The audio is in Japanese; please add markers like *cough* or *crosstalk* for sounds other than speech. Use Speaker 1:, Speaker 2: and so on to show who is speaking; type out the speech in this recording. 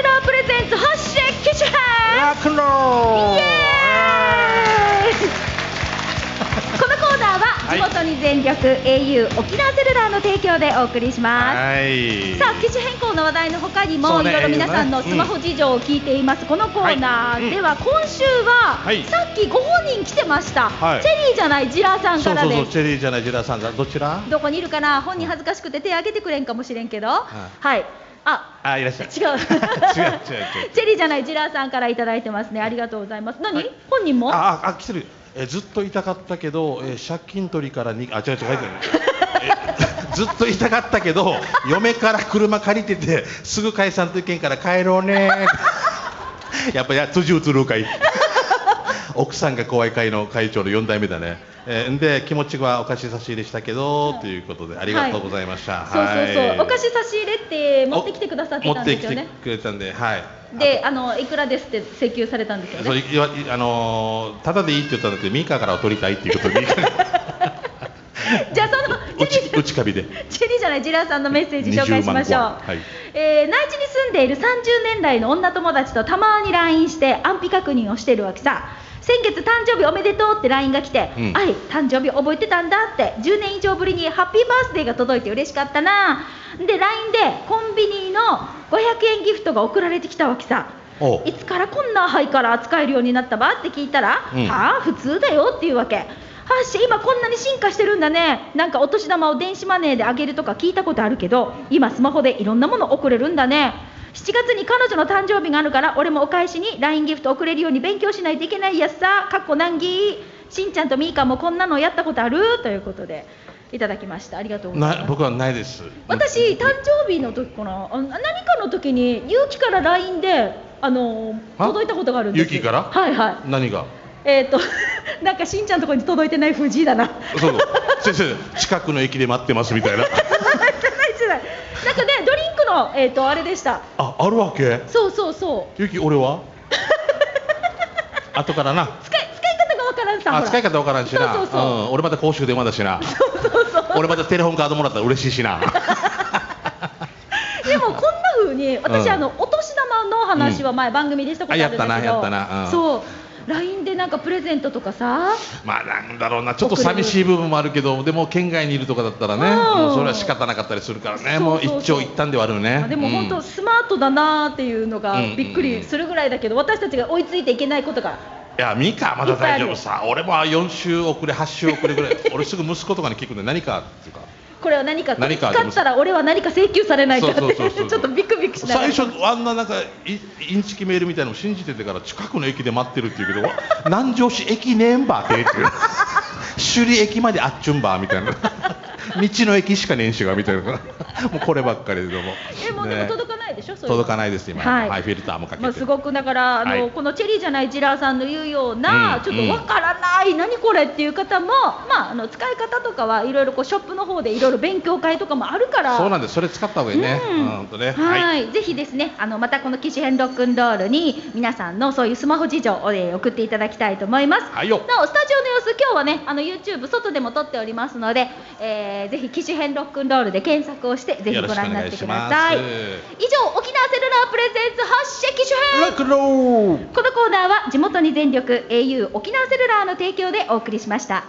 Speaker 1: 全力
Speaker 2: 예!
Speaker 1: au 沖縄セルラーの提供でお送りします
Speaker 2: はい
Speaker 1: さあ機種変更の話題の他にも、
Speaker 2: そうね
Speaker 1: いろいろ皆さんの
Speaker 2: い
Speaker 1: ス
Speaker 2: ろいろ
Speaker 1: マ
Speaker 2: ね
Speaker 1: ホ事情を聞いています、このコーナ
Speaker 2: はいうん
Speaker 1: ーでは、今週は、
Speaker 2: はい
Speaker 1: さっきご本人来てました、
Speaker 2: はい
Speaker 1: チェリーじゃないジラーさん
Speaker 2: そ
Speaker 1: か
Speaker 2: う
Speaker 1: ら
Speaker 2: そう
Speaker 1: です
Speaker 2: そうチェリーじゃないジェラさんがどちら
Speaker 1: どこにいるかな本人恥ずかしくて手挙げてくれんかもしれんけど、
Speaker 2: い
Speaker 1: はいあ
Speaker 2: あいらっしゃい
Speaker 1: 違う違う
Speaker 2: *laughs* 違う違う
Speaker 1: チェリーじゃないジラーさんからいただいてますねありがとうございます何、本人も
Speaker 2: あああ来てるえずっと痛かったけど、え借金取りからにあ違う違う書い
Speaker 1: *laughs*
Speaker 2: てあるえずっと痛かったけど嫁から車借りててすぐ解散といけんから帰ろうね *laughs* やっぱや辻移るかい *laughs* 奥さんが怖い会の会長の4代目だね、えーんで気持ちはお菓子差し入れしたけど、ということでありがとうございました、
Speaker 1: そうそうそう、
Speaker 2: はい
Speaker 1: お菓子差し入れって持ってきてくださってたんですよ
Speaker 2: 持っ
Speaker 1: ね
Speaker 2: てきてくれたんではい
Speaker 1: であのいくらですって請求されたんですよ
Speaker 2: そう
Speaker 1: ね
Speaker 2: いわいあのーただでいいって言ったんだけどミカからは取りたいっていう
Speaker 1: *laughs*
Speaker 2: ことで
Speaker 1: じゃあその
Speaker 2: う
Speaker 1: チェリ
Speaker 2: ち
Speaker 1: ー
Speaker 2: うちカビで
Speaker 1: チェリーじゃないジラーさんのメッセージ紹介しましょう、
Speaker 2: 20万個はい
Speaker 1: えー内地に住んでいる30年来の女友達とたまに LINE して安否確認をしてるわけさ先月誕生日おめでとうって LINE が来て「
Speaker 2: うん
Speaker 1: あい誕生日覚えてたんだ」って10年以上ぶりにハッピーバースデーが届いて嬉しかったなで LINE でコンビニの500円ギフトが送られてきたわけさ
Speaker 2: おう
Speaker 1: いつからこんなハイカラ扱えるようになったばって聞いたら、
Speaker 2: うん
Speaker 1: はあ普通だよっていうわけはっし今こんなに進化してるんだねなんかお年玉を電子マネーであげるとか聞いたことあるけど今スマホでいろんなもの送れるんだね7月に彼女の誕生日があるから俺もお返しに LINE ギフト送れるように勉強しないといけないやつさかっこ難儀しんちゃんとみーかもこんなのやったことあるということでいただきましたありがとうござい
Speaker 2: な
Speaker 1: ます
Speaker 2: 僕はないです
Speaker 1: 私誕生日の時かなあ何かの時にゆうきから LINE であの
Speaker 2: あ
Speaker 1: 届いたことがあるんです
Speaker 2: ゆうきから
Speaker 1: はいは
Speaker 2: 何が
Speaker 1: いえっ、と *laughs* なんかしんちゃんのところに届いてない藤井だな
Speaker 2: *laughs*
Speaker 1: じ
Speaker 2: そう
Speaker 1: *laughs*
Speaker 2: そう先生近くの駅で待ってますみたいな
Speaker 1: ゃないじゃないなんかねドリンクのえっ、とあれでした
Speaker 2: ああるわけ
Speaker 1: そうそうそう
Speaker 2: ゆき
Speaker 1: *laughs*
Speaker 2: 俺は後からな
Speaker 1: 使い使い方がわからんさほ
Speaker 2: あ
Speaker 1: ら
Speaker 2: 使い方わからんしな
Speaker 1: そうそうそ
Speaker 2: ん、俺また公衆電話だしな俺またテレホンカードもらったら嬉しいしな
Speaker 1: でもこんな風に私、
Speaker 2: うん
Speaker 1: あのお年玉の話は前番組でしたことあるんだけど、
Speaker 2: あやったなやったなうん
Speaker 1: そう LINE でなんかプレゼントとかさ
Speaker 2: まあなんだろうなちょっと寂しい部分もあるけどでも県外にいるとかだったらね、
Speaker 1: うん
Speaker 2: もうそれは仕方なかったりするからね
Speaker 1: そうそうそう
Speaker 2: もう一長一短ではあるよね
Speaker 1: あでも本当
Speaker 2: うん
Speaker 1: スマートだなーっていうのが
Speaker 2: うん
Speaker 1: びっくりするぐらいだけど私たちが追いついていけないことが
Speaker 2: いや、ミカまだ大丈夫さ、俺も4週遅れ、8週遅れ
Speaker 1: *laughs*
Speaker 2: ぐらい、俺すぐ息子とかに聞くんで、何かっていうか、
Speaker 1: これは何か
Speaker 2: 何か
Speaker 1: 使ったら俺は何か請求されないからって
Speaker 2: そうそうそうそ
Speaker 1: *laughs*
Speaker 2: う
Speaker 1: ちょっとビクビクしながら
Speaker 2: 最初、あんななんかイ、インチキメールみたいなの信じててから、近くの駅で待ってるっていうけど、わ *laughs* 南城市駅ねえんばってっていう、 *laughs* 首里駅まであっちゅんばみ
Speaker 1: *laughs*
Speaker 2: たいな、道の駅しかねえんしがみたいな、も *laughs* うこればっかりで、どうも。
Speaker 1: えもうでも
Speaker 2: ね
Speaker 1: 届かないでしょそれは
Speaker 2: 届かないです、今、
Speaker 1: は
Speaker 2: はいい、フィルターもかけて。
Speaker 1: まあ、すごくだからあの、
Speaker 2: はい
Speaker 1: このチェリーじゃないジラーさんの言うような、
Speaker 2: うん
Speaker 1: ちょっとわからない、何これっていう方も、まあ、あの使い方とかはいろいろこうショップの方でいろいろ勉強会とかもあるから
Speaker 2: そうなんです、それ使った方がいいね。
Speaker 1: う
Speaker 2: うんん、ほんとね。
Speaker 1: はい、
Speaker 2: はい。
Speaker 1: ぜひですねあのまたこの機種編ロックンロールに皆さんのそういうスマホ事情を、えー送っていただきたいと思います、
Speaker 2: はいよ
Speaker 1: なおスタジオの様子今日はねあの YouTube 外でも撮っておりますので、えーぜひ機種編ロックンロールで検索をしてぜひ
Speaker 2: よ
Speaker 1: ご
Speaker 2: ろしくお
Speaker 1: 覧になっ
Speaker 2: 願い
Speaker 1: て
Speaker 2: し
Speaker 1: くだ
Speaker 2: ま
Speaker 1: さ
Speaker 2: す
Speaker 1: い以上。沖縄セルラープレゼンツ発射機種
Speaker 2: ロッ
Speaker 1: 編
Speaker 2: クンロール
Speaker 1: このコーナーは地元に全力 au 沖縄セルラーの提供でお送りしました